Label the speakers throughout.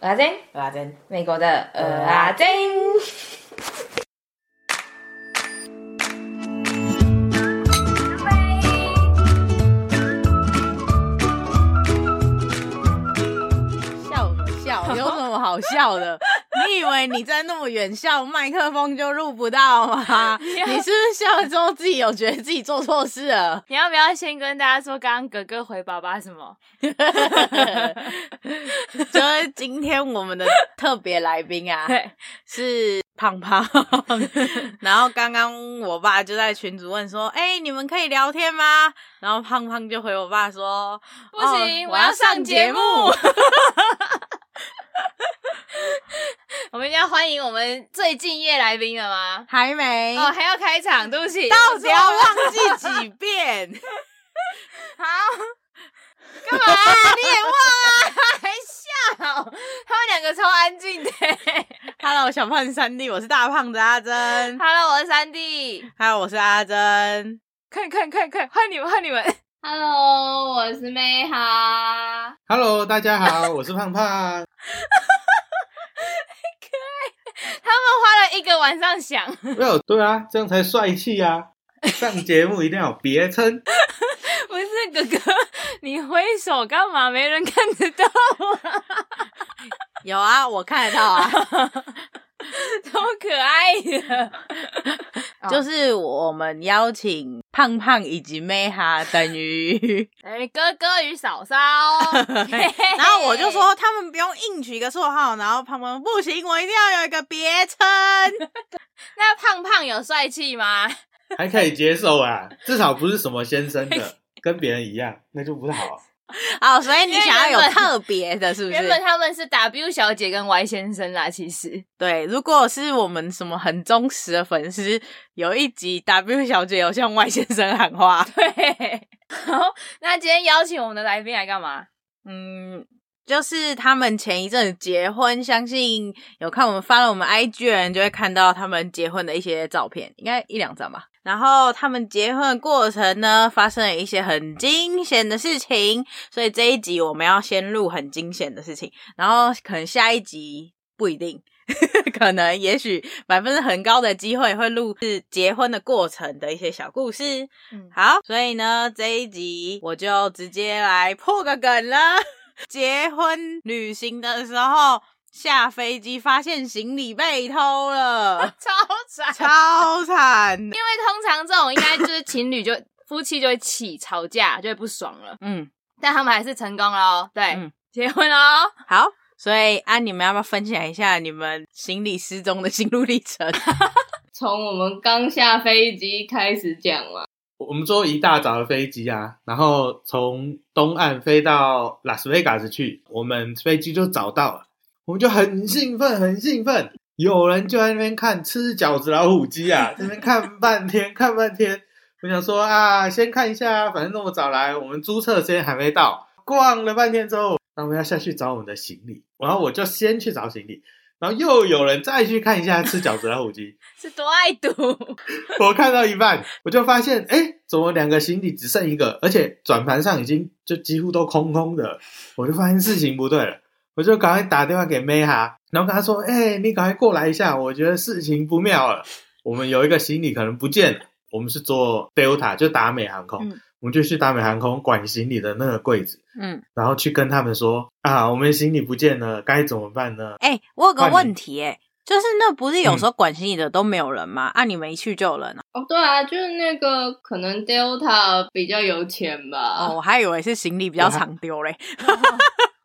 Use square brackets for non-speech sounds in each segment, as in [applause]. Speaker 1: 阿珍，
Speaker 2: 阿珍，
Speaker 1: 美国的呃阿珍。
Speaker 2: 笑什么笑？有什么好笑的？你以为你在那么远笑，麦克风就录不到
Speaker 3: [laughs]
Speaker 2: 吗？你是不是笑了之后自己有觉得自己做错事了？ [laughs]
Speaker 3: 你要不要先跟大家说，刚刚哥哥回爸爸什么？
Speaker 2: 就是今天我们的特别来宾啊，
Speaker 3: 对，
Speaker 2: 是胖胖。然后刚刚我爸就在群组问说：“哎、你们可以聊天吗？”然后胖胖就回我爸说：“
Speaker 3: 不行
Speaker 2: 哦
Speaker 3: 我
Speaker 2: 我
Speaker 3: 要上
Speaker 2: 上
Speaker 3: 节
Speaker 2: 目。
Speaker 3: 目” [laughs] 我们要欢迎我们最敬业来宾了吗？
Speaker 2: 还没，
Speaker 3: 哦，还要开场，对不起，
Speaker 2: 到底要
Speaker 3: 我错了
Speaker 2: 忘记几遍？ [laughs]
Speaker 3: 干嘛、你也忘啊？还笑？他们两个超安静的。
Speaker 2: Hello，小胖三弟，我是大胖子阿珍。
Speaker 3: [laughs] Hello，我是三弟，
Speaker 2: Hello，我是阿珍。
Speaker 3: 看看看看，换你们，换你们。Hello，我是妹哈。
Speaker 4: Hello，大家好，我是胖胖。
Speaker 3: 他们花了一个晚上想，
Speaker 4: 没有，对啊，这样才帅气啊！上节目一定要有别称，
Speaker 3: 不是哥哥，你挥手干嘛？没人看得到啊， [laughs]
Speaker 2: [laughs] 有啊，我看得到啊，
Speaker 3: 超可爱的。 [laughs] 哦
Speaker 2: 就是我们邀请胖胖以及妹哈等
Speaker 3: [laughs]
Speaker 2: 于，
Speaker 3: 哎，哥哥与
Speaker 2: [laughs]
Speaker 3: 嫂嫂，
Speaker 2: 然后我就说他们不用硬取一个绰号，然后胖胖说不行，我一定要有一个别
Speaker 3: [laughs]
Speaker 2: 称。
Speaker 3: 那胖胖有帅气吗？
Speaker 4: 还可以接受啊，至少不是什么先生的，跟别人一样，那就不太好。
Speaker 2: 好，哦所以你想要
Speaker 3: 因为
Speaker 2: 有
Speaker 3: 原本
Speaker 2: 特别的，是不
Speaker 3: 原本
Speaker 2: 是？
Speaker 3: 他们是 W 小姐跟 Y 先生啦，其实
Speaker 2: 对，如果是我们什么很忠实的粉丝，有一集 W 小姐有向 Y 先生喊话，
Speaker 3: [laughs] 对。好，那今天邀请我们的来宾来干嘛？
Speaker 2: 嗯，就是他们前一阵子结婚，相信有看我们发了我们 IG 的人就会看到他们结婚的一些照片，应该一两张吧。然后他们结婚的过程呢，发生了一些很惊险的事情，所以这一集我们要先录很惊险的事情，然后可能下一集不一定， [laughs] 可能也许百分之很高的机会会录是结婚的过程的一些小故事。
Speaker 3: 嗯，
Speaker 2: 好，所以呢这一集我就直接来破个梗了。 [laughs] 结婚旅行的时候下飞机发现行李被偷了 [laughs]
Speaker 3: 超 [laughs] 帅，
Speaker 2: 超惨的。
Speaker 3: 因为通常这种应该就是情侣就夫妻就会起吵架，就会不爽了。
Speaker 2: 嗯，
Speaker 3: 但他们还是成功了哦，对，
Speaker 2: 嗯
Speaker 3: 结婚了哦。
Speaker 2: 好。所以啊，你们要不要分享一下你们行李失踪的心路历程？ [laughs]
Speaker 5: 从我们刚下飞机开始讲嘛。
Speaker 4: 我们坐一大早的飞机啊，然后从东岸飞到拉斯维加斯去，我们飞机就找到了，我们就很兴奋，很兴奋。有人就在那边看吃饺子老虎机啊，在那边看半天，看半天。我想说啊，先看一下，反正那么早来，我们租车的时间还没到。逛了半天之后，那我们要下去找我们的行李，然后我就先去找行李，然后又有人再去看一下吃饺子老虎机，
Speaker 3: 是多爱赌，
Speaker 4: [laughs] 我看到一半，我就发现，哎，怎么两个行李只剩一个，而且转盘上已经就几乎都空空的，我就发现事情不对了，我就赶快打电话给妹哈，然后跟她说，哎，你赶快过来一下，我觉得事情不妙了，我们有一个行李可能不见了，我们是坐 Delta 就达美航空，
Speaker 3: 嗯
Speaker 4: 我们就去达美航空管行李的那个柜子，
Speaker 2: 嗯，
Speaker 4: 然后去跟他们说，啊，我们行李不见了，该怎么办呢？
Speaker 2: 哎、我有个
Speaker 4: 换你
Speaker 2: 问题、哎，就是那不是有时候管行李的都没有人吗？啊，你们一去就有人啊
Speaker 5: 哦，对啊，就是那个可能 Delta 比较有钱吧。
Speaker 2: 哦， [laughs] 我还以为是行李比较
Speaker 4: 我还
Speaker 2: 常丢嘞。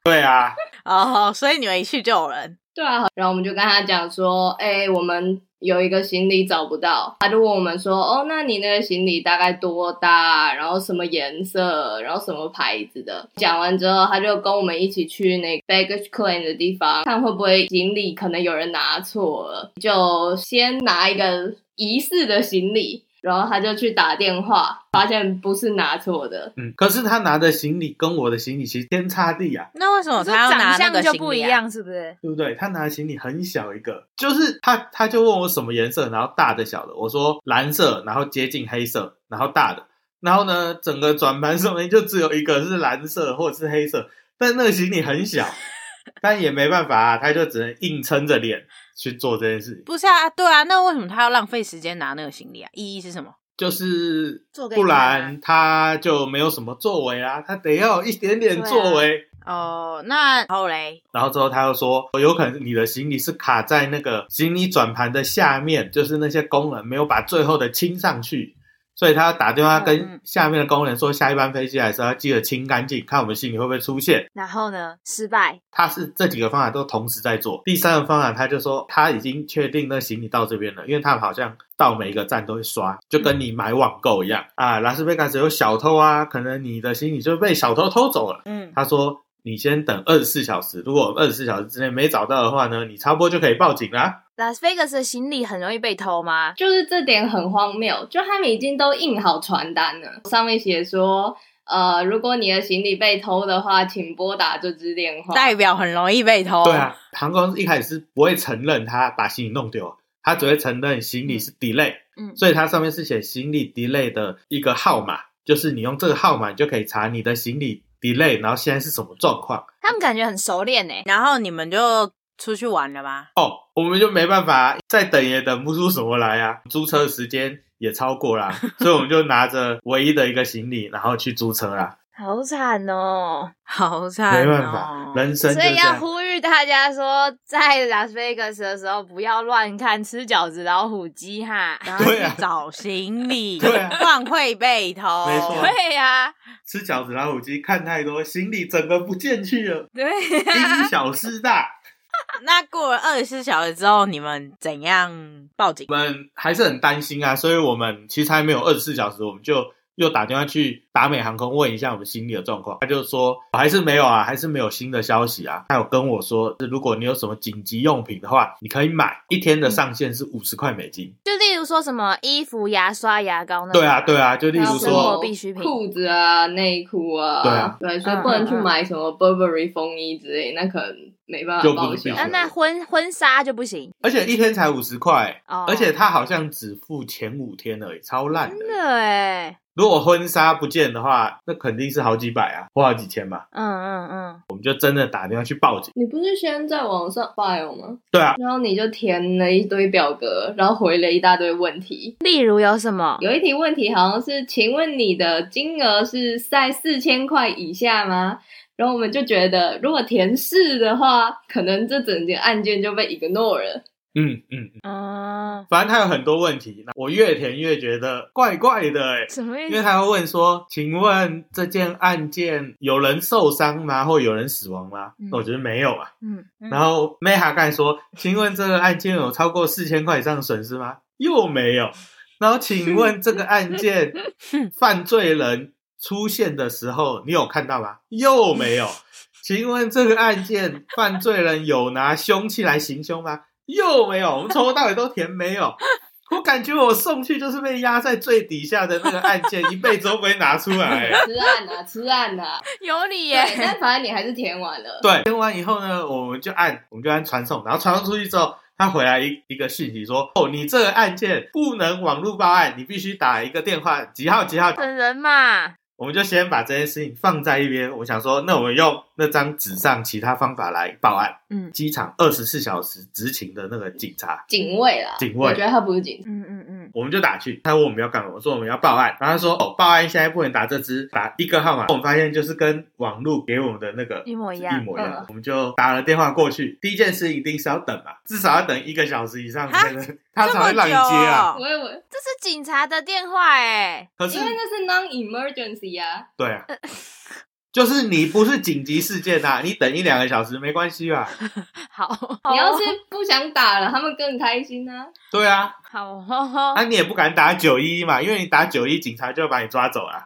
Speaker 4: 对啊，
Speaker 2: 哦，所以你们一去就有人。
Speaker 5: 对啊，然后我们就跟他讲说，哎、我们有一个行李找不到，他就问我们说，哦，那你那个行李大概多大？然后什么颜色？然后什么牌子的？讲完之后，他就跟我们一起去那个 baggage claim 的地方，看会不会行李可能有人拿错了，就先拿一个疑似的行李。然后他就去打电话，发现不是拿错的，
Speaker 4: 嗯，可是他拿的行李跟我的行李其实天差地啊。
Speaker 2: 那为什么
Speaker 3: 说
Speaker 2: 他要拿
Speaker 3: 长
Speaker 2: 那个行
Speaker 3: 相
Speaker 2: 李、啊？
Speaker 3: 就不一。样，是不是？
Speaker 4: 对不对？他拿的行李很小一个，就是他他就问我什么颜色，然后大的小的，我说蓝色，然后接近黑色，然后大的，然后呢，
Speaker 3: [laughs]
Speaker 4: 整个转盘上面就只有一个是蓝色或者是黑色，但那个行李很小，但也没办法啊，他就只能硬撑着脸去做这件事情。
Speaker 2: 不是啊，对啊，那为什么他要浪费时间拿那个行李啊？意义是什么？
Speaker 4: 就是
Speaker 3: 做给
Speaker 4: 不
Speaker 3: 你看啊
Speaker 4: 然他就没有什么作为啦，他得要有一点点
Speaker 3: 对啊
Speaker 4: 作为。
Speaker 2: 哦，那后嘞，
Speaker 4: 然后之后他又说，有可能你的行李是卡在那个行李转盘的下面，就是那些工人没有把最后的清上去，所以他要打电话
Speaker 2: 嗯
Speaker 4: 跟
Speaker 2: 嗯
Speaker 4: 下面的工人说，下一班飞机来的时候要记得清干净，看我们行李会不会出现。
Speaker 3: 然后呢，失败，
Speaker 4: 他是这几个方案都同时在做。第三个方案，他就说他已经确定那行李到这边了，因为他们好像到每一个站都会刷，就跟
Speaker 2: 嗯
Speaker 4: 你买网购一样啊。拉斯维加斯有小偷啊，可能你的行李就被小偷偷走了。
Speaker 2: 嗯，
Speaker 4: 他说你先等二十四小时，如果二十四小时之内没找到的话呢，你差不多就可以报警啦。
Speaker 3: 拉斯维加斯的行李很容易被偷吗？
Speaker 5: 就是这点很荒谬，就他们已经都印好传单了，上面写说，呃，如果你的行李被偷的话，请拨打这支电话。
Speaker 2: 代表很容易被偷。
Speaker 4: 啊对，啊，航空公司一开始是不会承认他把行李弄丢，他只会承认行李是 delay。
Speaker 3: 嗯，
Speaker 4: 所以它上面是写行李 delay 的一个号码，就是你用这个号码，你就可以查你的行李 delay，然后现在是什么状况。
Speaker 3: 他们感觉很熟练诶、
Speaker 2: 然后你们就出去玩了吗？ [laughs]
Speaker 4: 哦，我们就没办法，再等也等不出什么来啊！租车时间也超过
Speaker 3: [laughs]
Speaker 4: 啦，所以我们就拿着唯一的一个行李，然后去租车啦。
Speaker 3: 好惨哦！
Speaker 2: 好惨、哦，
Speaker 4: 没办法，人生就是
Speaker 3: 所
Speaker 4: 这
Speaker 3: 以要
Speaker 4: 样。
Speaker 3: 呼吁大家说，在拉斯维加斯的时候不要乱看吃饺子老虎机哈。
Speaker 2: 然后去
Speaker 4: 对啊
Speaker 2: 找行李，
Speaker 4: 对啊
Speaker 2: 不然会被偷。
Speaker 4: 没错
Speaker 3: 对呀、
Speaker 4: 吃饺子老虎机看太多，行李整个不见去了，
Speaker 3: 对 [laughs] 呀、
Speaker 4: 因小失大。
Speaker 2: 那过了二十四小时之后，你们怎样报警
Speaker 4: 我？们还是很担心啊，所以我们其实还没有二十四小时，我们就又打电话去达美航空问一下我们行李的状况。他就说还是没有啊，还是没有新的消息啊。他有跟我说，如果你有什么紧急用品的话，你可以买，一天的
Speaker 3: 嗯
Speaker 4: 上限是五十块美金。
Speaker 3: 就例如说什么衣服、牙刷、牙膏那种。
Speaker 4: 对啊，对啊，就例
Speaker 5: 然
Speaker 4: 如
Speaker 5: 后
Speaker 3: 生活
Speaker 4: 说，
Speaker 3: 必需品
Speaker 5: 裤子啊、内裤啊，
Speaker 4: 对啊
Speaker 5: 所以
Speaker 3: 嗯
Speaker 5: 不能去
Speaker 3: 嗯嗯
Speaker 5: 买什么 Burberry 风衣之类，那可能没办
Speaker 4: 就
Speaker 5: 法
Speaker 4: 不
Speaker 5: 报
Speaker 4: 是
Speaker 5: 销
Speaker 4: 必须。
Speaker 3: 啊，那婚婚纱就不行
Speaker 4: 而且一天才五十块，
Speaker 3: 哦。
Speaker 4: 而且他好像只付前五天而已，超烂
Speaker 3: 真
Speaker 4: 的。
Speaker 3: 的哎，
Speaker 4: 如果婚纱不见的话，那肯定是好几百啊，或好几千吧。
Speaker 3: 嗯嗯嗯，
Speaker 4: 我们就真的打电话去报警。
Speaker 5: 你不是先在网上 file 吗？
Speaker 4: 对啊，
Speaker 5: 然后你就填了一堆表格，然后回了一大堆问题。
Speaker 3: 例如有什么？
Speaker 5: 有一题问题好像是，请问你的金额是在四千块以下吗？然后我们就觉得，如果填是的话，可能这整件案件就被 ignore 了。
Speaker 4: 嗯嗯。
Speaker 3: 嗯，
Speaker 4: 反正他有很多问题，那我越填越觉得怪怪的哎、
Speaker 3: 什么意
Speaker 4: 因为
Speaker 3: 思？
Speaker 4: 他会问说：“请问这件案件有人受伤吗？或有人死亡吗？”
Speaker 3: 嗯
Speaker 4: 那我觉得没有啊。
Speaker 3: 嗯， [laughs]
Speaker 2: 嗯
Speaker 4: 然后 Meha 刚才说：“请问这个案件有超过四千块以上的损失吗？”又没有。然后请问这个案件犯罪人出现的时候，你有看到吗？又没有。请问这个案件犯罪人有拿凶器来行凶吗？又没有。我们从头到尾都填没有。我感觉我送去就是被压在最底下的那个案件，一辈子都不会拿出来。
Speaker 5: 吃案
Speaker 4: [laughs]
Speaker 5: 啊，吃案啊！
Speaker 3: 有理
Speaker 5: 对
Speaker 3: 耶，，
Speaker 5: 但反正你还是填完
Speaker 4: [laughs]
Speaker 5: 了。
Speaker 4: 对，填完以后呢，我们就按我们就按传送，然后传送出去之后，他回来一一个讯息说：“哦，你这个案件不能网络报案，你必须打一个电话几号几号。
Speaker 3: 本人嘛，”
Speaker 4: 我们就先把这件事情放在一边。我想说，那我们用那张纸上其他方法来报案。
Speaker 3: 嗯
Speaker 4: 机场二十四小时执勤的那个警察，
Speaker 5: 警卫啦，
Speaker 4: 警卫
Speaker 5: 我觉得他不是警察。
Speaker 3: 嗯嗯嗯，
Speaker 4: 我们就打去。他问我们要干嘛，我说我们要报案。然后他说：“哦，报案现在不能打这支，打一个号码。”我们发现就是跟网络给我们的那个
Speaker 3: 一模一
Speaker 4: 一
Speaker 3: 样。嗯
Speaker 4: 模一样。我们就打了电话过去，第一件事一定是要等嘛，至少要等一个小时以上才能， [laughs] 他才会让你接啊。
Speaker 2: 这么久哦
Speaker 5: 我以为，
Speaker 3: 这是警察的电话哎，
Speaker 4: 可是
Speaker 5: 因为那是 non emergency 啊。
Speaker 4: 对啊，
Speaker 3: 呃
Speaker 4: [laughs] 就是你不是紧急事件呐、你等一两个小时没关系
Speaker 3: [laughs]
Speaker 4: 吧？
Speaker 3: 好， [laughs]
Speaker 4: 啊
Speaker 5: 你要是不想打了，他们更开心啊。
Speaker 4: 对啊，
Speaker 3: 好 [laughs] 哦
Speaker 4: 那、，你也不敢打九一一嘛，因为你打九一，警察就要把你抓走
Speaker 3: [laughs]
Speaker 4: 啊。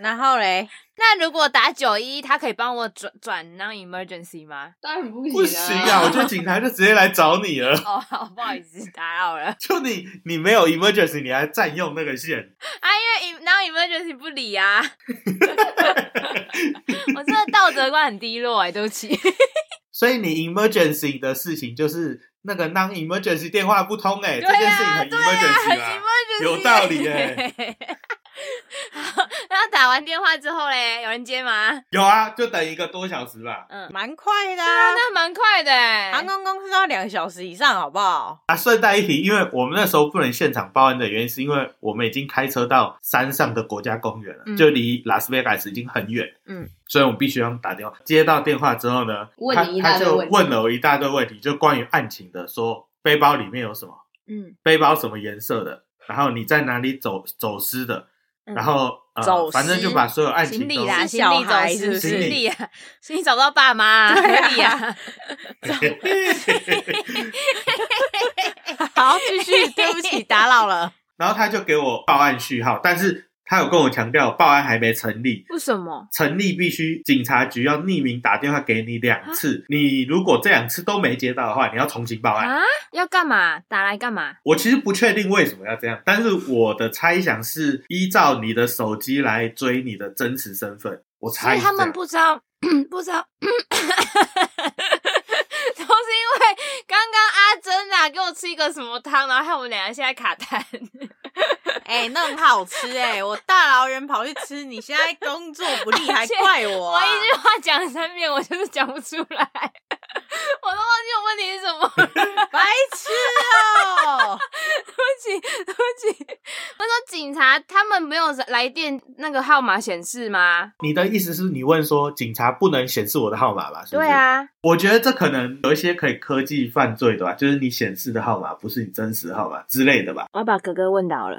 Speaker 2: 然后嘞，
Speaker 3: 那如果打九一，他可以帮我转转 non emergency 吗？
Speaker 5: 当然不
Speaker 4: 不
Speaker 5: 行
Speaker 4: 行啊，我觉得警察就直接来找你了。
Speaker 3: [laughs]
Speaker 4: [laughs]
Speaker 3: 哦，好，不好意思，打扰了。
Speaker 4: 就你，你没有 emergency，你还占用那个线，
Speaker 3: [laughs] 啊，因为 non emergency 不理啊。 [laughs] 我真的道德观很低落哎、对不起。
Speaker 4: 所以你 emergency 的事情就是那个 non emergency 电话不通、欸，哎、
Speaker 3: 对
Speaker 4: 这件事情
Speaker 3: 啊，
Speaker 4: 很
Speaker 3: [laughs] 对啊，很
Speaker 4: emergency 啊
Speaker 3: [laughs] emergency，
Speaker 4: 有道理哎、
Speaker 3: 然后打欸打完电话之后嘞，有人接吗？
Speaker 4: 有啊，就等一个多小时吧。
Speaker 3: 嗯，
Speaker 2: 蛮快的、
Speaker 3: 啊，
Speaker 2: 啊。
Speaker 3: 那蛮快的哎、
Speaker 2: 航空公司都要两个小时以上，好不 [laughs] 好？
Speaker 4: 啊，顺带一提，因为我们那时候不能现场报案的原因，是因为我们已经开车到山上的国家公园了，
Speaker 2: 嗯
Speaker 4: 就离拉斯维加斯已经很远，
Speaker 2: 嗯，
Speaker 4: 所以我们必须要打电话。接到电话之后呢，
Speaker 5: 问
Speaker 4: 他
Speaker 5: 你一
Speaker 4: 他
Speaker 5: 大堆
Speaker 4: 就
Speaker 5: 问题
Speaker 4: 问了我一大堆问题，就关于案情的，说背包里面有什么，
Speaker 2: 嗯，
Speaker 4: 背包什么颜色的，然后你在哪里走走失的，
Speaker 2: 嗯
Speaker 4: 然后呃，
Speaker 2: 走
Speaker 4: 反正
Speaker 2: 失
Speaker 4: 就把所有案情
Speaker 3: 行
Speaker 4: 都
Speaker 3: 李啦，
Speaker 2: 是
Speaker 3: 行
Speaker 2: 小
Speaker 3: 李
Speaker 2: 孩
Speaker 3: 走
Speaker 2: 是不
Speaker 3: 失，
Speaker 4: 是
Speaker 3: 行李啊， [laughs] 行李找不到爸妈、啊，合理啊。
Speaker 4: [laughs]
Speaker 2: 好，继续，对不起，打扰了。
Speaker 4: 然后他就给我报案序号，但是他有跟我强调报案还没成立，
Speaker 3: [laughs] 为什么？
Speaker 4: 成立必须警察局要匿名打电话给你
Speaker 3: 啊
Speaker 4: 两次，你如果这两次都没接到的话，你要重新报案。
Speaker 3: 啊？要干嘛？打来干嘛？
Speaker 4: 我其实不确定为什么要这样，但是我的猜想是依照你的手机来追你的真实身份。我
Speaker 3: 所
Speaker 4: 猜
Speaker 3: 以
Speaker 4: 是
Speaker 3: 他
Speaker 4: 这
Speaker 3: 们
Speaker 4: 样
Speaker 3: 不知道， [clears throat] 不知道，都是因为刚刚阿珍啊给我吃一个什么汤，然后害我们两个现在卡痰。
Speaker 2: 哎、那很好吃哎、我大老远跑去吃，你现在工作不力还怪我、
Speaker 3: 我
Speaker 2: 啊？
Speaker 3: 一句话讲了三遍，我就是讲不出来， [laughs] 我都忘记我问题是什么了。 [laughs]
Speaker 2: 白痴哦、
Speaker 3: 对不起，对不起。我说警察他们没有来电那个号码显示吗？
Speaker 4: 你的意思是你问说警察不能显示我的号码吧？是不是
Speaker 3: 对，啊，
Speaker 4: 我觉得这可能有一些可以科技犯罪的吧，就是你显示的号码不是你真实号码之类的吧。
Speaker 3: 我要把哥哥问倒了。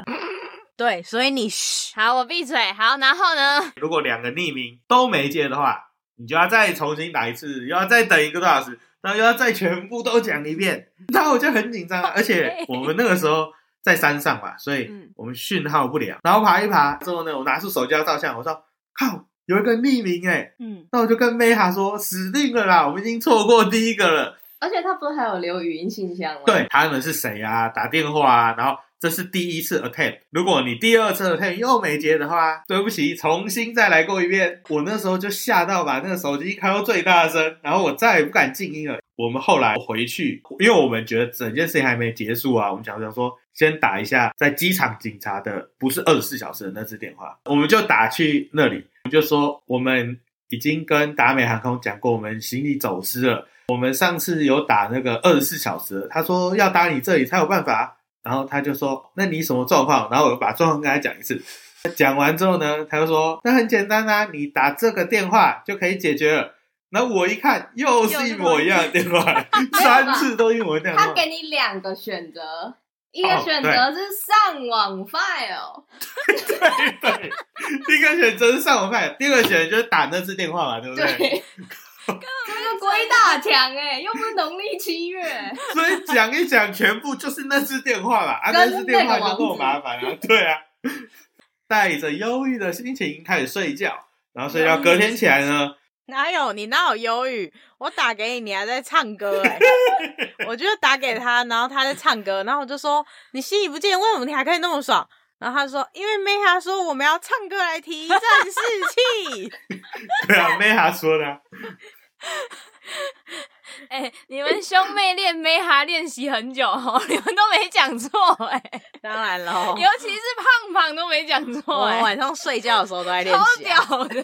Speaker 2: 对，所以你嘘，
Speaker 3: 好，我闭嘴。好，然后呢？
Speaker 4: 如果两个匿名都没接的话，你就要再重新打一次，又要再等一个多小时，然后又要再全部都讲一遍。那我就很紧张啊，而且我们那个时候在山上嘛，所以
Speaker 2: 嗯
Speaker 4: 我们讯号不良。然后爬一爬之后呢，我拿出手机要照相，我说靠，有一个匿名哎、
Speaker 2: 嗯，
Speaker 4: 那我就跟 Meta 说死定了啦，我们已经错过第一个了。
Speaker 5: 而且他不是还有留语音信箱吗？
Speaker 4: 对，他们是谁啊？打电话啊，然后这是第一次 attempt。如果你第二次 attempt 又没接的话，对不起，重新再来过一遍。我那时候就吓到，把那个手机开到最大声，然后我再也不敢静音了。我们后来回去，因为我们觉得整件事情还没结束啊，我们想想说，先打一下在机场警察的不是二十四小时的那支电话，我们就打去那里，我们就说我们已经跟达美航空讲过，我们行李走失了，我们上次有打那个二十四小时，他说要打你这里才有办法，然后他就说那你什么状况？然后我把状况跟他讲一次，讲完之后呢，他就说那很简单啊，你打这个电话就可以解决了。然后我一看，又是一模一样的电 [laughs] 话，三次都一模一样的
Speaker 5: 他
Speaker 4: 电话
Speaker 5: 给，你两个选择，一个
Speaker 4: 嗯哦
Speaker 5: 选择是上网 file，、
Speaker 4: 对，第 [laughs] 一个选择是上网派，第二个选择就是打那次电话嘛，对不 [laughs]
Speaker 5: 对，这个鬼打墙哎、又不是农历七月，
Speaker 4: [laughs] 所以讲一讲，全部就是那次电话吧，啊，那
Speaker 5: 跟
Speaker 4: 次电话
Speaker 5: 那个
Speaker 4: 就够
Speaker 5: 王子
Speaker 4: 麻烦了、对啊。带着忧郁的心情开始睡觉，然后睡到隔天起来呢，
Speaker 2: 哪有你哪有忧郁？我打给你，你还在唱歌
Speaker 3: [laughs]
Speaker 2: 哎、我就打给他，然后他在唱歌，然后我就说你心里不见，为什么你还可以那么爽？然后他说，因为 Meta 说我们要唱歌来提振士
Speaker 3: [laughs]
Speaker 2: 气。
Speaker 4: 对啊，妹哈说的啊、
Speaker 3: 哎、你们兄妹恋没哈练习很久哦，你们都没讲错哎，
Speaker 2: 当然喽，
Speaker 3: 尤其是胖胖都没讲
Speaker 2: 我
Speaker 3: 错
Speaker 2: 们
Speaker 3: 哎，
Speaker 2: 晚上睡觉的时候都在练
Speaker 3: 超
Speaker 2: 习啊、
Speaker 3: 屌的。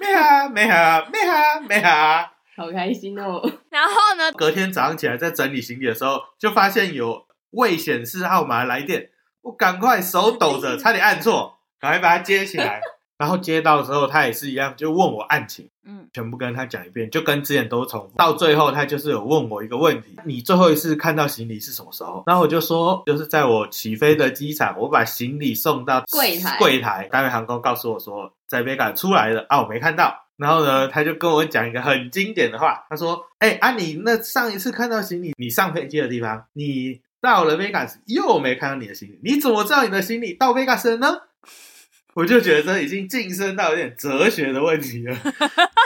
Speaker 4: 妹哈妹哈妹哈妹哈。
Speaker 5: 好开心哦！ [laughs]
Speaker 3: 然后呢？
Speaker 4: 隔天早上起来在整理行李的时候，就发现有未显示号码来电，我赶快手抖着，差点按错，赶快把它接
Speaker 5: [laughs]
Speaker 4: 起来。然后接到的时候，他也是一样，就问我案情，
Speaker 2: 嗯，
Speaker 4: 全部跟他讲一遍，就跟之前都重复。到最后，他就是有问我一个问题：你最后一次看到行李是什么时候？然后我就说，就是在我起飞的机场，我把行李送到
Speaker 5: 柜台
Speaker 4: 柜台，单位航空告诉我说，在北港出来了啊，我没看到。然后呢，他就跟我讲一个很经典的话，他说：“哎、啊，你那上一次看到行李，你上飞机的地方，你到了 Vegas 又没看到你的行李，你怎么知道你的行李到 Vegas 了呢？”我就觉得这已经晋升到有点哲学的问题了。 [laughs]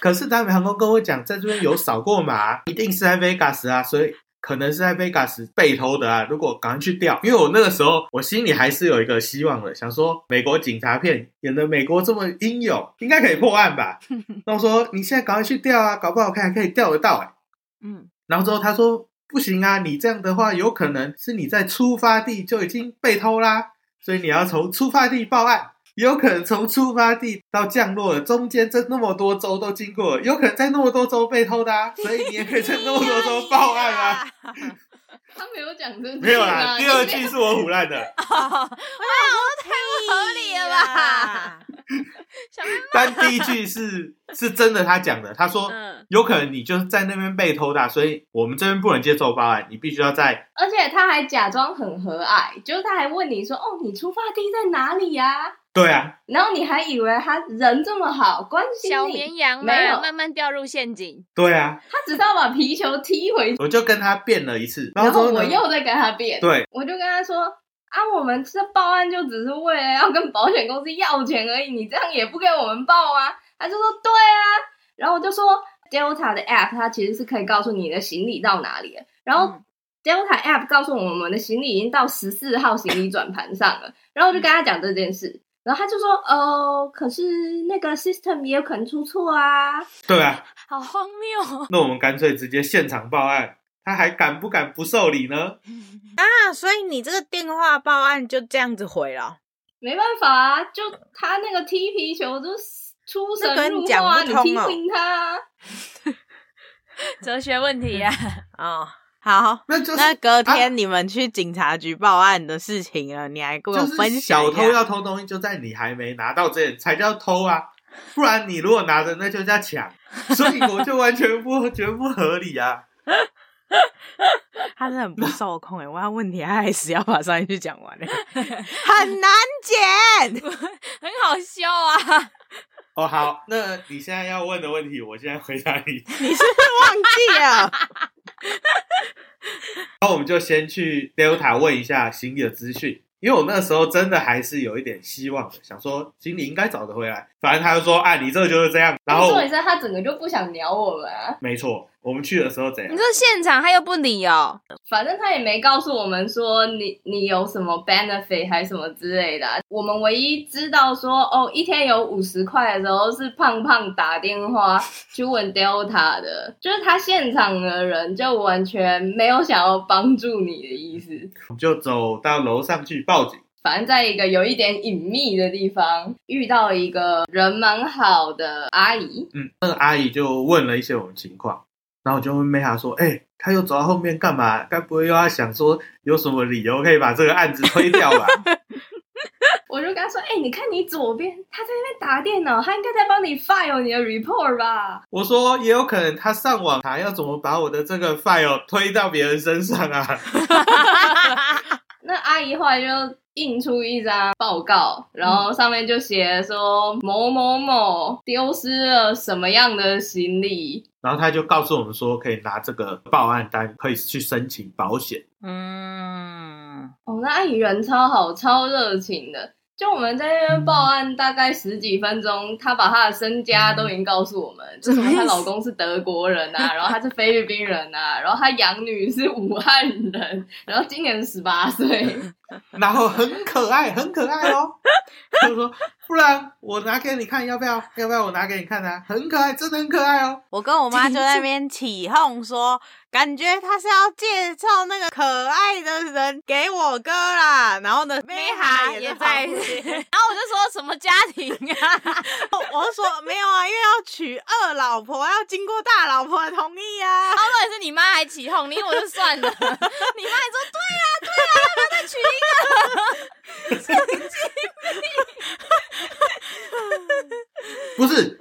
Speaker 4: 可是达美航空跟我讲，在这边有扫过码，一定是在 Vegas 啊，所以可能是在 Vegas 被偷的啊。如果赶快去调，因为我那个时候我心里还是有一个希望的，想说美国警察片演的美国这么英勇，应该可以破案吧？那我说你现在赶快去调啊，搞不好看还可以调得到哎、
Speaker 2: 嗯，
Speaker 4: 然后之后他说不行啊，你这样的话有可能是你在出发地就已经被偷啦，所以你要从出发地报案。也有可能从出发地到降落的中间这那么多州都经过了，有可能在那么多州被偷的、啊，所以你也可以在那么
Speaker 5: [laughs]
Speaker 4: 多州报案啊。
Speaker 5: 他没有讲这句
Speaker 4: 没有啦，
Speaker 5: 吗
Speaker 4: 第二句是我唬烂的，
Speaker 3: [laughs] 合理了
Speaker 2: 哎
Speaker 3: 吧？
Speaker 4: 但第一句是是真的他讲的，他说
Speaker 2: 嗯，
Speaker 4: 有可能你就是在那边被偷的啊、所以我们这边不能接受报案，你必须要在
Speaker 5: 而且他还假装很和蔼，就是他还问你说：“哦，你出发地在哪里呀、
Speaker 4: 对啊，
Speaker 5: 然后你还以为他人这么好，关心
Speaker 3: 小
Speaker 5: 你，
Speaker 3: 绵羊
Speaker 5: 没
Speaker 3: 嘛，
Speaker 5: 有
Speaker 3: 慢慢掉入陷阱。
Speaker 4: 对啊，
Speaker 5: 他只知道把皮球踢回去，
Speaker 4: 我就跟他辩了一次，然
Speaker 5: 然
Speaker 4: 后
Speaker 5: 后
Speaker 4: 之
Speaker 5: 我
Speaker 4: 呢
Speaker 5: 又在跟他辩，
Speaker 4: 对，
Speaker 5: 我就跟他说：“啊，我们这报案就只是为了要跟保险公司要钱而已，你这样也不给我们报啊？”他就说：“对啊。”然后我就说，Delta 的 app 它其实是可以告诉你的行李到哪里的，然后
Speaker 2: 嗯
Speaker 5: Delta app 告诉我们的行李已经到十四号行李转盘上了，然后我就跟他讲这件事。然后他就说：“哦，可是那个 system 也有可能出错啊。
Speaker 4: 对啊，
Speaker 3: 好荒谬哦！ [laughs]
Speaker 4: 那我们干脆直接现场报案，他还敢不敢不受理呢？
Speaker 2: 啊，所以你这个电话报案就这样子回了哦，
Speaker 5: 没办法啊，就他那个踢皮球就是出
Speaker 2: 那跟
Speaker 5: 神入
Speaker 2: 讲
Speaker 5: 化啊，
Speaker 2: 不
Speaker 5: 你
Speaker 2: 通
Speaker 5: 踢
Speaker 2: 哦
Speaker 5: 不赢他啊。”
Speaker 3: 哲学问题啊呀、
Speaker 2: 哦，好。
Speaker 4: 那就是
Speaker 2: 那隔
Speaker 4: 啊
Speaker 2: 天你们去警察局报案的事情了，你还跟我
Speaker 4: 就
Speaker 2: 分
Speaker 4: 是
Speaker 2: 享
Speaker 4: 小
Speaker 2: 一下
Speaker 4: 偷要偷东西，就在你还没拿到之前才叫偷啊，不然你如果拿着那就叫抢，所以我就完全不觉得不合理啊。
Speaker 2: 他是很不受控哎，我要问题他还是要把上一句讲完
Speaker 4: [laughs]
Speaker 2: 哎，很难剪。
Speaker 3: 很好笑啊！
Speaker 4: 哦，好，那你现在要问的问题，我现在回答你。 [laughs]
Speaker 2: 你是不是忘记了？
Speaker 4: 然后我们就先去 Delta 问一下行李的资讯，因为我那时候真的还是有一点希望的，想说行李应该找得回来。反正他就说啊，你这个就是这样。然后
Speaker 5: 重点是他整个就不想鸟我们啊，
Speaker 4: 没错，我们去的时候怎样
Speaker 3: 你？说现场他又不理哦，
Speaker 5: 反正他也没告诉我们说你你有什么 benefit 还是什么之类的啊、我们唯一知道说哦，一天有五十块的时候是胖胖打电话 [laughs] 去问 Delta 的，就是他现场的人就完全没有想要帮助你的意思。
Speaker 4: 我们就走到楼上去报警。
Speaker 5: 反正在一个有一点隐秘的地方遇到一个人蛮好的阿姨，
Speaker 4: 嗯，那个阿姨就问了一些我们情况，然后我就问妹她说：“哎、她又走到后面干嘛？该不会又要想说有什么理由可以把这个案子推掉吧？” [laughs]
Speaker 5: 我就跟他说：“哎、你看你左边，他在那边打电脑，他应该在帮你 file 你的 report 吧？
Speaker 4: 我说：“也有可能她上网查要怎么把我的这个 file 推到别人身上啊。 [laughs]
Speaker 5: 那阿姨后来就印出一张报告，然后上面就写说某某某丢失了什么样的行李，”
Speaker 4: 然后她就告诉我们说，可以拿这个报案单，可以去申请保险。
Speaker 2: 嗯，
Speaker 5: 哦，那阿姨人超好，超热情的。就我们在那边报案大概十几分钟，她把她的身家都已经告诉我们，就什么她老公是德国人啊，然后她是菲律宾人啊，然后她养女是武汉人，然后今年十八岁。
Speaker 4: 然后很可爱，很可爱哦。就说：“不然我拿给你看，要不要？要不要我拿给你看啊？很可爱，真的很可爱哦。”
Speaker 2: 我跟我妈就在那边起哄说，感觉他是要介绍那个可爱的人给我哥啦。然后呢，
Speaker 3: 没哈哎也在， [laughs] 然后我就说什么家庭啊？ [laughs]
Speaker 2: 哦我就说没有啊，因为要娶二老婆要经过大老婆的同意啊。
Speaker 3: 然后重点是你妈还起哄，你我就算了，你妈 [laughs] 还说对啊对啊，要不要再娶一个？
Speaker 4: 不是，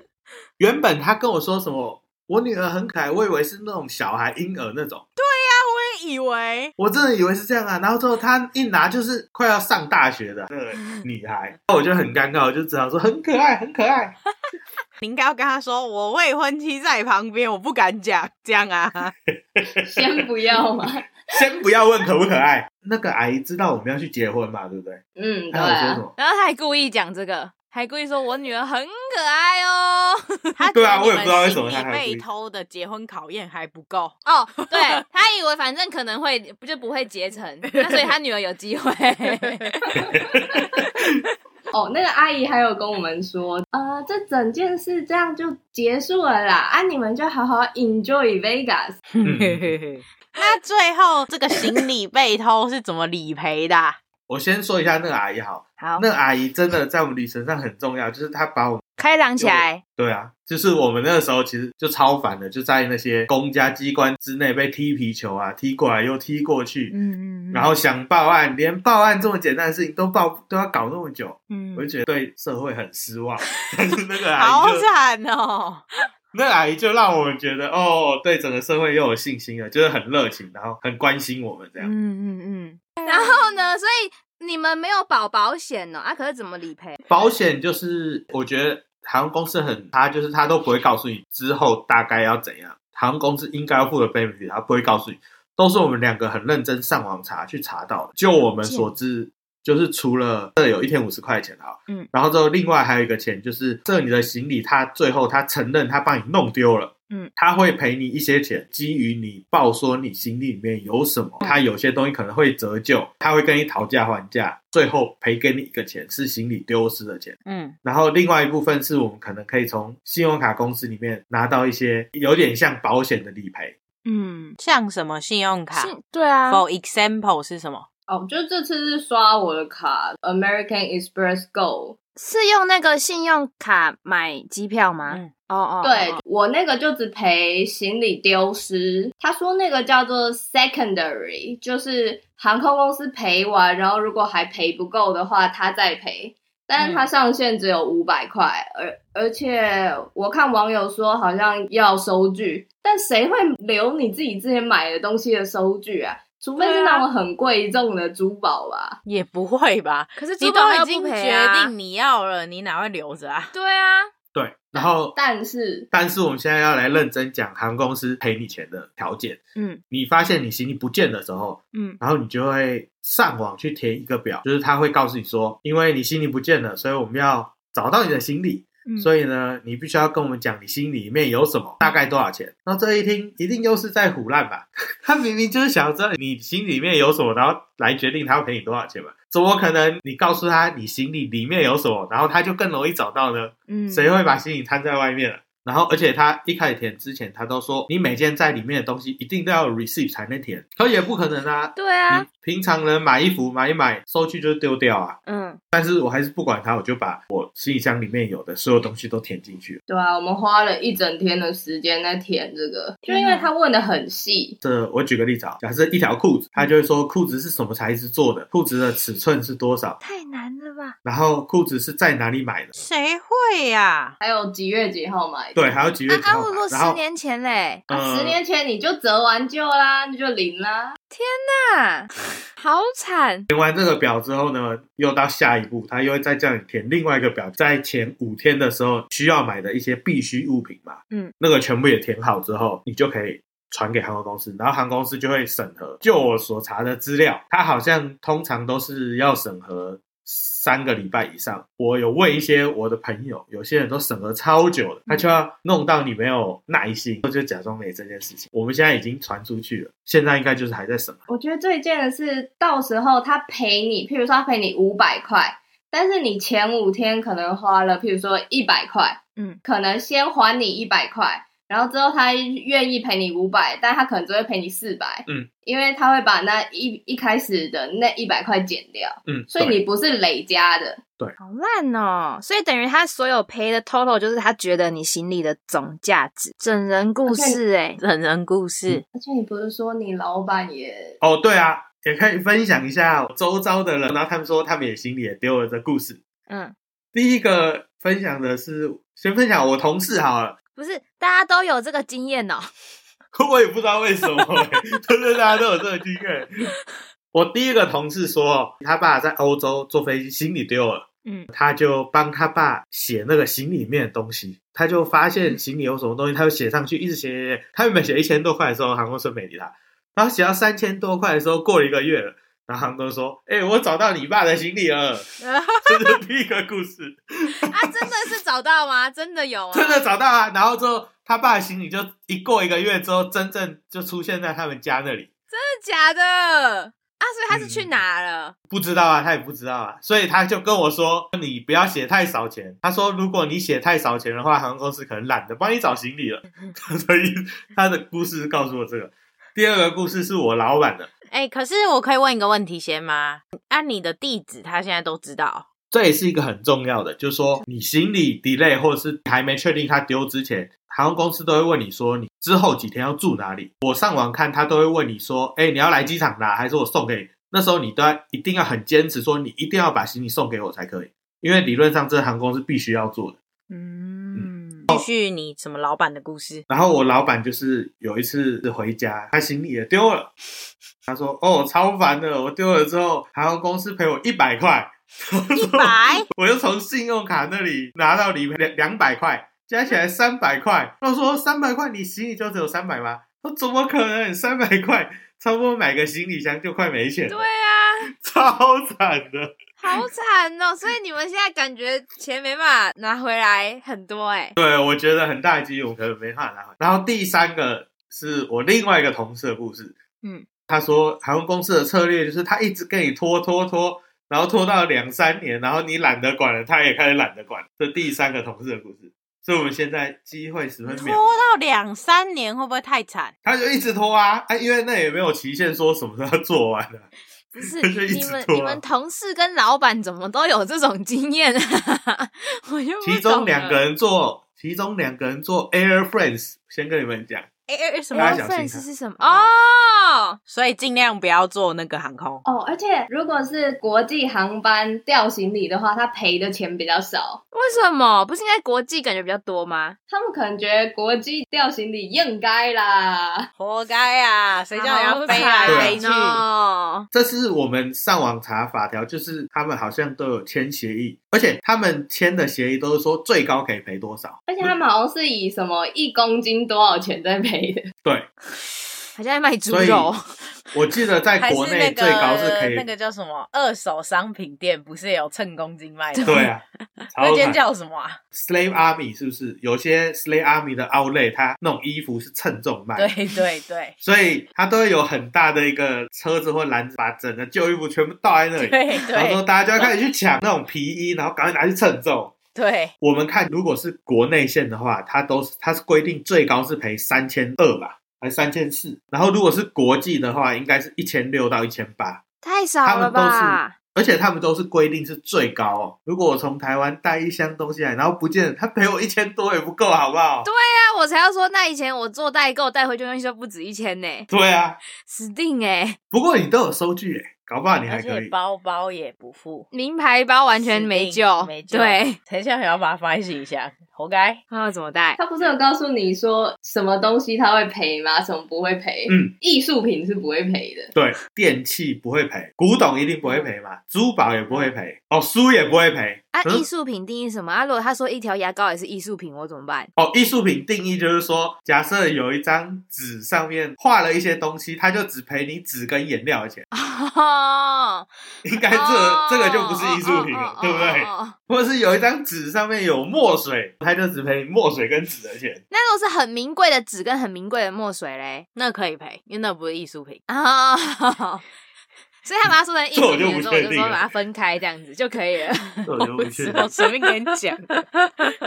Speaker 4: 原本他跟我说什么，我女儿很可爱，我以为是那种小孩婴儿那种，
Speaker 2: 我也以为
Speaker 4: 我真的以为是这样啊。然后之后他一拿就是快要上大学的那个女孩，我就很尴尬，我就只好说很可爱，很可爱。
Speaker 2: 你应该要跟他说，我未婚妻在旁边，我不敢讲这样
Speaker 4: [laughs]
Speaker 2: 啊。
Speaker 5: 先不要嘛。
Speaker 4: 先不要问可不可爱，那个阿姨知道我们要去结婚嘛，对不对？
Speaker 5: 嗯，对
Speaker 4: 她有说什
Speaker 5: 啊，
Speaker 4: 么？
Speaker 3: 然后他还故意讲这个，还故意说我女儿很可爱哦。
Speaker 2: 他
Speaker 4: 对啊
Speaker 2: 觉得
Speaker 4: 我也不知道为什么
Speaker 2: 你
Speaker 4: 他
Speaker 2: 们
Speaker 4: 还
Speaker 2: 被
Speaker 4: 故意
Speaker 2: 偷的结婚考验还不够。
Speaker 3: 哦，对他以为反正可能会就不会结成，那所以他女儿有机会。
Speaker 5: 哦，那个阿姨还有跟我们说，呃，这整件事这样就结束了啦，啊，你们就好好 enjoy Vegas。
Speaker 4: 嗯
Speaker 2: [laughs]
Speaker 4: [laughs]
Speaker 2: 那最后这个行李被偷是怎么理赔的啊、
Speaker 4: 我先说一下那个阿姨好，
Speaker 3: 好，
Speaker 4: 那个阿姨真的在我们旅程上很重要，就是她把我们
Speaker 3: [laughs] 开朗起来，
Speaker 4: 对啊，就是我们那个时候其实就超烦的，就在那些公家机关之内被踢皮球啊，踢过来又踢过去，
Speaker 2: 嗯嗯，
Speaker 4: 然后想报案，连报案这么简单的事情都报都要搞那么久，
Speaker 2: 嗯
Speaker 4: 我就觉得对社会很
Speaker 2: [laughs]
Speaker 4: 失望。但是那个
Speaker 2: 好
Speaker 4: 阿姨就
Speaker 2: 惨哦，
Speaker 4: 那个阿姨就让我们觉得哦，对整个社会又有信心了，就是很热情，然后很关心我们这样。
Speaker 2: 嗯嗯
Speaker 3: 然后呢，所以你们没有保保险哦，啊，可是怎么理赔？
Speaker 4: 保险就是我觉得航空公司很它就是它都不会告诉你之后大概要怎样，航空公司应该要付的 benefit 它不会告诉你，都是我们两个很认真上网查去查到的。就我们所知，就是除了这有一天五十块钱啊，
Speaker 2: 嗯，
Speaker 4: 然后之后另外还有一个钱就是这你的行李，他最后他承认他帮你弄丢了。
Speaker 2: 嗯，
Speaker 4: 他会赔你一些钱，基于你报说你行李里面有什么，他有些东西可能会折旧，他会跟你讨价还价，最后赔给你一个钱是行李丢失的钱。
Speaker 2: 嗯
Speaker 4: 然后另外一部分是我们可能可以从信用卡公司里面拿到一些有点像保险的理赔。
Speaker 2: 嗯，像什么信用卡
Speaker 3: 信对啊，
Speaker 2: ？For example 是什么？
Speaker 5: 哦，就这次是刷我的卡，American Express Go，
Speaker 3: 是用那个信用卡买机票吗？
Speaker 2: 嗯
Speaker 3: 哦哦，
Speaker 5: 对
Speaker 3: 哦
Speaker 5: 我那个就只赔行李丢失，他说那个叫做 secondary，就是航空公司赔完，然后如果还赔不够的话，他再赔。但是它上限只有五百块，而而且我看网友说好像要收据，但谁会留你自己之前买的东西的收据啊？除非是那种很贵重的珠宝吧。
Speaker 2: 也不会吧？
Speaker 3: 可是
Speaker 2: 你
Speaker 3: 珠
Speaker 2: 都
Speaker 3: 宝要
Speaker 2: 已
Speaker 3: 不
Speaker 2: 经
Speaker 3: 赔
Speaker 2: 决
Speaker 3: 啊
Speaker 2: 定你要了，你哪会留着啊？
Speaker 3: 对啊，
Speaker 4: 对，然后
Speaker 5: 但是
Speaker 4: 但是我们现在要来认真讲航空公司赔你钱的条件。
Speaker 2: 嗯
Speaker 4: 你发现你行李不见的时候，
Speaker 2: 嗯
Speaker 4: 然后你就会上网去填一个表，就是他会告诉你说，因为你行李不见了，所以我们要找到你的行李。
Speaker 2: 嗯
Speaker 4: 所以呢，你必须要跟我们讲你心里面有什么，大概多少钱。那这一听一定又是在胡乱吧？ [laughs] 他明明就是想要知道你心里面有什么，然后来决定他要赔你多少钱嘛。怎么可能？你告诉他你行李里面有什么，然后他就更容易找到呢？
Speaker 2: 嗯
Speaker 4: 谁会把行李摊在外面啊？然后，而且他一开始填之前，他都说你每件在里面的东西一定都要有 receipt 才能填，可也不可能啊。
Speaker 3: 对啊
Speaker 4: 你，平常人买衣服买一买，收据就丢掉啊。
Speaker 3: 嗯，
Speaker 4: 但是我还是不管它，我就把我行李箱里面有的所有东西都填进去了。
Speaker 5: 对啊，我们花了一整天的时间在填这个，就因为他问的很细，
Speaker 4: 这我举个例子啊，假设一条裤子，它就会说裤子是什么材质做的，裤子的尺寸是多少，
Speaker 3: 太难了吧？
Speaker 4: 然后裤子是在哪里买的，
Speaker 2: 谁会呀？
Speaker 5: 还有几月几号买的？
Speaker 4: 对，还有几月几
Speaker 3: 啊啊，
Speaker 4: 号
Speaker 3: 我
Speaker 4: 买，
Speaker 3: 果
Speaker 4: 然
Speaker 3: 十
Speaker 4: 后
Speaker 3: 年前嘞，
Speaker 5: 啊，
Speaker 4: 呃
Speaker 5: 十年前你就折完旧啦，你就零啦。
Speaker 3: 啊，好惨，
Speaker 4: 填完这个表之后呢，又到下一步，它又会再叫你填另外一个表，在前五天的时候需要买的一些必需物品嘛，
Speaker 2: 嗯，
Speaker 4: 那个全部也填好之后，你就可以。传给航空公司，然后航空公司就会审核。就我所查的资料，它好像通常都是要审核三个礼拜以上。我有问一些我的朋友，有些人都审核超久
Speaker 5: 嗯
Speaker 4: 的，他就要弄到你没有耐心，就假装没这件事情。我们现在已经传出去了，现在应该就是还在审核。
Speaker 5: 我觉得最贱的是，到时候他赔你，譬如说他赔你五百块，但是你前五天可能花了，譬如说一百块，
Speaker 2: 嗯，
Speaker 5: 可能先还你一百块，然后之后他愿意赔你五百，但他可能只会赔你四百，
Speaker 4: 嗯，
Speaker 5: 因为他会把那一一开始的那一百块减掉，
Speaker 4: 嗯，
Speaker 5: 所以
Speaker 4: 对
Speaker 5: 你不是累加的，
Speaker 3: 好烂哦。所以等于他所有赔的 total 就是他觉得你行李的总价值，整人故事哎、
Speaker 2: 整人故事，
Speaker 5: 而且你不是说你老板也
Speaker 4: 哦，对啊，也可以分享一下周遭的人，然后他们说他们也心里也丢了这故事。
Speaker 3: 嗯，
Speaker 4: 第一个分享的是，先分享我同事好了，
Speaker 3: 不是大家都有这个经验哦。 [laughs]
Speaker 4: [laughs] 我也不知道为什么、欸，真的大家都有这个经验。我第一个同事说，他爸在欧洲坐飞机，行李丢了，
Speaker 2: 嗯，
Speaker 4: 他就帮他爸写那个行李里面的东西，他就发现行李有什么东西，他就写上去，一直写写写。他原本写一千多块的时候，航空公司没理他，然后写到三千多块的时候，过了一个月了，然后航空公司说：“哎、我找到你爸的行李了。”这是第一个故事。
Speaker 3: 啊，真的是找到吗？真的有
Speaker 4: [laughs]
Speaker 3: 吗？
Speaker 4: 真的找到啊！然后之后，他爸的行李就一过一个月之后，真正就出现在他们家那里。
Speaker 3: 假的啊！所以他是去
Speaker 2: 嗯
Speaker 3: 哪了？
Speaker 4: 不知道啊，他也不知道啊，所以他就跟我说：“你不要写太少钱。”他说：“如果你写太少钱的话，航空公司可能懒得帮你找行李了。”所以他的故事告诉我这个。第二个故事是我老板的，
Speaker 2: 哎、可是我可以问一个问题先吗？按、你的地址，他现在都知道。
Speaker 4: 这也是一个很重要的，就是说你行李 delay 或者是还没确定他丢之前，航空公司都会问你说你之后几天要住哪里。我上网看，他都会问你说，哎，你要来机场拿，还是我送给你？那时候你都要一定要很坚持说，你一定要把行李送给我才可以，因为理论上这航空是必须要做的。
Speaker 2: 嗯，继续你什么老板的故 [laughs] 事？
Speaker 4: 然后我老板就是有一次回家，他行李也丢了，他说：“哦，超烦的，我丢了之后，航空公司赔我一百块，
Speaker 2: 一百，
Speaker 4: 我又从信用卡那里拿到理赔两两百块，加起来三百块。”他说：“三百块，你行李就只有三百吗？”我说怎么可能？三百块，差不多买个行李箱就快没钱了，
Speaker 3: 对啊，
Speaker 4: 超惨的。
Speaker 3: 好惨哦！所以你们现在感觉钱没办法拿回来很多哎、
Speaker 4: 对，我觉得很大的几率我可能没办法拿回来。然后第三个是我另外一个同事的故事，
Speaker 2: 嗯，
Speaker 4: 他说航空公司的策略就是他一直跟你拖拖拖，然后拖到两三年，然后你懒得管了，他也开始懒得管。这第三个同事的故事，所以我们现在机会十分
Speaker 2: 拖
Speaker 4: 渺。
Speaker 2: 到两三年会不会太惨？
Speaker 4: 他就一直拖啊，啊，因为那也没有期限说什么时候要做完啊
Speaker 2: [laughs]
Speaker 4: 的、
Speaker 3: 不是
Speaker 4: 就是 [laughs] 一
Speaker 3: 你
Speaker 4: 直
Speaker 3: 们
Speaker 4: 拖啊
Speaker 3: 你们同事跟老板怎么都有这种经验啊？ [laughs] 我就不
Speaker 4: 其中
Speaker 3: 懂
Speaker 4: 两
Speaker 3: 了
Speaker 4: 个人
Speaker 2: 欸
Speaker 4: 做，其中两个人做 Air France，先跟你们讲，
Speaker 2: 哎、哎、哎什
Speaker 4: 大
Speaker 2: 么
Speaker 4: 家？小心看
Speaker 3: Airfrance 是什么？哦，
Speaker 2: 所以尽量不要坐那个航空。
Speaker 5: 哦，而且如果是国际航班掉行李的话，他赔的钱比较少。
Speaker 3: 为什么不是应该国际感觉比较多吗？
Speaker 5: 他们可能觉得国际掉行李应该啦，
Speaker 2: 活该啊！谁叫你要飞来
Speaker 4: 对啊
Speaker 2: 飞去？
Speaker 3: 哦，
Speaker 4: 这是我们上网查法条，就是他们好像都有签协议，而且他们签的协议都是说最高可以赔多少。
Speaker 5: 而且他们好像是以什么一公斤多少钱在赔的。
Speaker 4: 对，
Speaker 3: 好像在卖猪
Speaker 4: 所以
Speaker 3: 肉，
Speaker 4: 我记得
Speaker 2: [laughs]
Speaker 4: 在
Speaker 2: 还
Speaker 4: 啊国
Speaker 2: 是那
Speaker 4: 内
Speaker 2: 个
Speaker 4: 最高是可以，
Speaker 2: 那个叫什么二手商品店，不是也有称公斤卖的？
Speaker 4: [laughs] 对，啊，
Speaker 2: [laughs] 那
Speaker 4: 超
Speaker 2: 间
Speaker 4: 惨。
Speaker 2: 叫什么、啊？
Speaker 4: Slave Army 是不是有些 Slave Army 的 Outlet，它那种衣服是称重卖，
Speaker 2: 对对对
Speaker 4: 所以它都会有很大的一个车子或篮子，把整个旧衣服全部倒在那
Speaker 2: 对
Speaker 4: 里，然后
Speaker 2: 对
Speaker 4: 说大家就要开始去抢那种皮衣，然后赶快拿去称重。
Speaker 2: 对，
Speaker 4: 我们看，如果是国内线的话，它都是它是规定最高是赔三千二吧，还三千四。然后如果是国际的话，应该是一千六到一千八，
Speaker 3: 太
Speaker 4: 他
Speaker 3: 少了
Speaker 4: 们都
Speaker 3: 吧
Speaker 4: 是？，而且他们都是规定是最高哦。如果我从台湾带一箱东西来，然后不见了，他赔我一千多也不够，好不好？对
Speaker 3: 那啊我才要说，那以前我做代购带回去的东西就不止一千呢，
Speaker 4: 啊，
Speaker 3: 死定哎！
Speaker 4: 不过你都有收据耶，搞不好你还
Speaker 2: 而
Speaker 4: 可
Speaker 2: 且
Speaker 4: 以。
Speaker 2: 包包也不付，
Speaker 3: 名牌包完全没救，
Speaker 2: 没救。
Speaker 3: 对，，
Speaker 2: 陈孝也要把它放在行李箱，活该。
Speaker 3: 那怎么带？
Speaker 5: 他不是有告诉你说什么东西他会赔吗？什么不会赔？
Speaker 4: 嗯，
Speaker 5: 艺术品是不会赔的。
Speaker 4: 对，电器不会赔，古董一定不会赔嘛，珠宝也不会赔，哦，书也不会赔。
Speaker 3: 啊，
Speaker 4: 可是
Speaker 3: 艺术品定义什么？啊，如果他说一条牙膏也是艺术品，我怎
Speaker 4: [laughs]
Speaker 3: 么办？
Speaker 4: 哦，艺术品定义就是说，假设有一张纸上面画了一些东西，他就只赔你纸跟颜料的钱，
Speaker 3: 哦，
Speaker 4: 应该这、这个就不是艺术品了，
Speaker 3: 哦
Speaker 4: 对不对？
Speaker 3: 哦哦哦
Speaker 4: 或者是有一张纸上面有墨水，他就只赔你墨水跟纸的钱。
Speaker 3: 那如果是很名贵的纸跟很名贵的墨水嘞？
Speaker 2: 那可以赔，因为那不是艺术
Speaker 3: [laughs]
Speaker 2: 品。
Speaker 3: 啊、所以他把它说成艺术品的时
Speaker 4: 这我就
Speaker 3: 候，我
Speaker 4: 不确
Speaker 3: 就
Speaker 4: 定
Speaker 3: 说
Speaker 4: 了
Speaker 3: 把它分开这样子就可以 [laughs] 了。
Speaker 4: 这我就不确定
Speaker 2: 我。随便跟你讲， [laughs]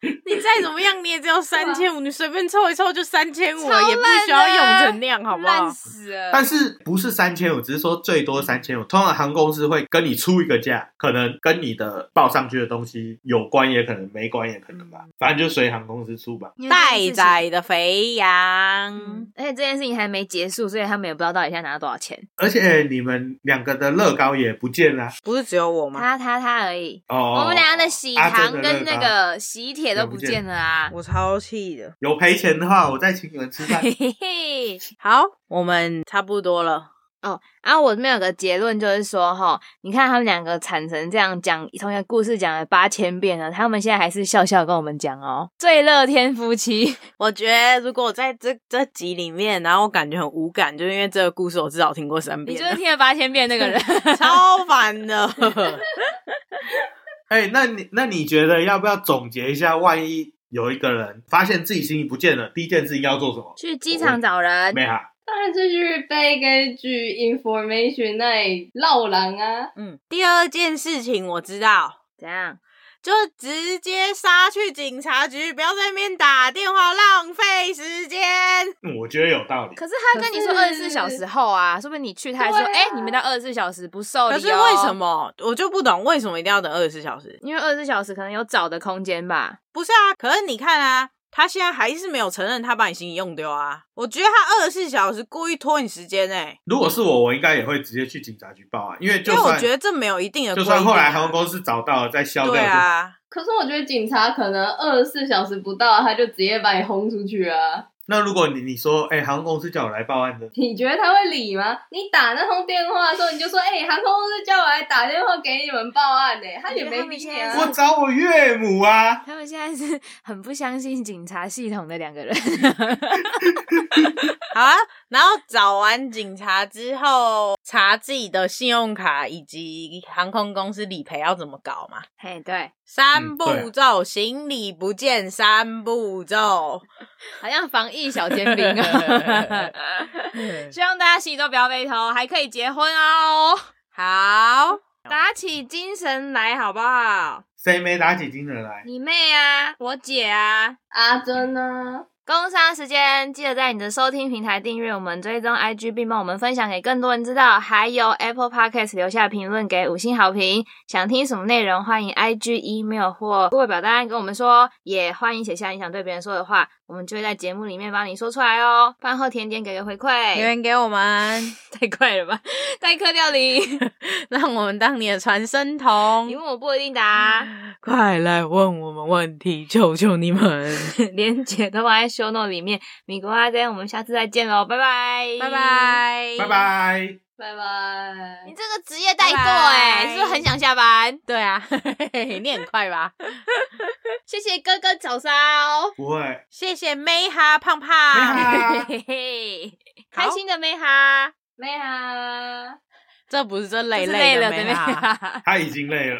Speaker 2: 你再怎么样，你也只有三千五，你随便凑一凑就三千五
Speaker 3: 超烂
Speaker 2: 了，
Speaker 3: 的
Speaker 2: 也不需要用成那样，好不好
Speaker 3: 烂？死了！
Speaker 4: 但是不是三千五，只是说最多三千五。通常航空公司会跟你出一个价，可能跟你的报上去的东西有关，也可能没关，也可能
Speaker 3: 嗯
Speaker 4: 吧。反正就随航空公司出吧。
Speaker 3: 因为这
Speaker 2: 待
Speaker 3: 件事情，
Speaker 2: 宰的肥羊
Speaker 3: 嗯，而且这件事情还没结束，所以他们也不知道到底现在拿到多少钱。
Speaker 4: 而且你们两个的乐高也不见了
Speaker 2: 不是只有我吗？
Speaker 3: 他他他而已。
Speaker 4: 哦。
Speaker 3: 我们俩的喜
Speaker 4: 阿珍
Speaker 3: 糖
Speaker 4: 的啊
Speaker 3: 跟
Speaker 4: 乐
Speaker 3: 那
Speaker 4: 高
Speaker 3: 个喜帖都不见了啊！ [laughs]
Speaker 2: 我超气的。
Speaker 4: 有赔钱的话，我再请你们吃饭。
Speaker 3: 嘿嘿嘿。
Speaker 2: 好，我们差不多了。
Speaker 3: 然啊后我这边有个结论，就是说哈，你看他们两个惨成这样讲同一个故事，讲了八千遍了，他们现在还是笑笑跟我们讲哦，最乐天夫妻。
Speaker 2: 我觉得如果我在这这集里面，然后我感觉很无感，就是因为这个故事我至少听过三
Speaker 3: [laughs] 你
Speaker 2: 遍
Speaker 3: 就
Speaker 2: 了，
Speaker 3: 是听了八千遍那 [laughs] 个人，
Speaker 2: 超烦 [laughs] 的。
Speaker 4: 哎、那你那你觉得要不要总结一下？万一有一个人发现自己行李不见了，第一件事情要做什么？
Speaker 3: 去机场找人。
Speaker 4: 没哈，
Speaker 5: 当然，这就是被根据 information 那里绕狼啊。
Speaker 2: 嗯，第二件事情我知道，
Speaker 3: 怎样？
Speaker 2: 就直接杀去警察局，不要在那边打电话浪费时间。
Speaker 4: 嗯我觉得有道理。
Speaker 3: 可是他跟你说
Speaker 5: 可
Speaker 3: 二
Speaker 5: 是
Speaker 3: 十四小时后啊，说不定你去，他还说，
Speaker 5: 对啊
Speaker 3: 哎、你们到二十四小时不受理、哦
Speaker 2: 可是为什？么我就不懂为什么一定要等二十四小时？
Speaker 3: 因为二十四小时可能有找的空间吧。
Speaker 2: 不是啊，可是你看啊，他现在还是没有承认他把你行李用丢啊。我觉得他二十四小时故意拖你时间哎、
Speaker 4: 如果是我，我应该也会直接去警察局报啊，因为就
Speaker 2: 因为我
Speaker 4: 算
Speaker 2: 觉得这没有一定的规
Speaker 4: 就
Speaker 2: 定啊、
Speaker 4: 算后来航空公司找到了再消掉
Speaker 2: 对
Speaker 4: 就，
Speaker 2: 啊，
Speaker 5: 可是我觉得警察可能二十四小时不到，他就直接把你轰出去啊！
Speaker 4: 那如果你你说，哎、航空公司叫我来报案的，
Speaker 5: 你觉得他会理吗？你打那通电话的时候，你就说：“哎、航空公司叫我来打电话给你们报案呢、他也没理你啊。
Speaker 4: 我找我岳母啊，
Speaker 3: 他们现在是 [laughs] 很不相信警察系统的两个人， [laughs]
Speaker 2: 好啊。然后找完警察之后，查自己的信用卡以及航空公司理赔要怎么搞嘛？
Speaker 3: 嘿，对，
Speaker 2: 三
Speaker 4: 嗯对啊
Speaker 2: 步骤，行李不见三步骤。
Speaker 3: 好像防疫小煎饼啊。希望大家行李都不要被偷，还可以结婚哦，
Speaker 2: 好，
Speaker 3: 打起精神来好不好？
Speaker 4: 谁没打起精神来？
Speaker 3: 你妹啊，我姐啊。
Speaker 5: 阿珍呢？
Speaker 3: 工商时间，记得在你的收听平台订阅我们、追踪 IG，并帮我们分享给更多人知道。还有 Apple Podcast 留下评论给五星好评。想听什么内容，欢迎 IG、email 或 Google 表单跟我们说，也欢迎写下你想对别人说的话，我们就会在节目里面帮你说出来哦。饭后甜点给个回
Speaker 2: 留
Speaker 3: 馈，
Speaker 2: 言给我们， [laughs]
Speaker 3: 太快了吧！代客料 [laughs] 理，
Speaker 2: 让我们当你的传声
Speaker 3: 你
Speaker 2: 筒。
Speaker 3: 问我不一定答，
Speaker 2: 快来问我们问题，求求你们！
Speaker 3: [laughs] 连姐都放在 show note 里面。米国阿珍，我们下次再见喽，拜拜，
Speaker 2: [laughs] 拜。拜，
Speaker 4: 拜。拜。
Speaker 5: 拜拜。
Speaker 3: 你这个职业代购
Speaker 2: 拜
Speaker 3: 哎、是不是很想下班？
Speaker 2: 对啊， [laughs] 你很快吧？
Speaker 3: 谢谢哥哥早哦烧，
Speaker 4: 不会，
Speaker 2: 谢谢妹哈胖胖，
Speaker 4: 拜 [laughs] 拜
Speaker 3: 嘿嘿，开心的妹哈，
Speaker 5: 妹啊。
Speaker 2: 这不是这累
Speaker 3: 就是累
Speaker 2: 的
Speaker 3: 了
Speaker 2: 妹
Speaker 3: 妹
Speaker 2: 哈。
Speaker 3: 哈。
Speaker 4: 他已经累了。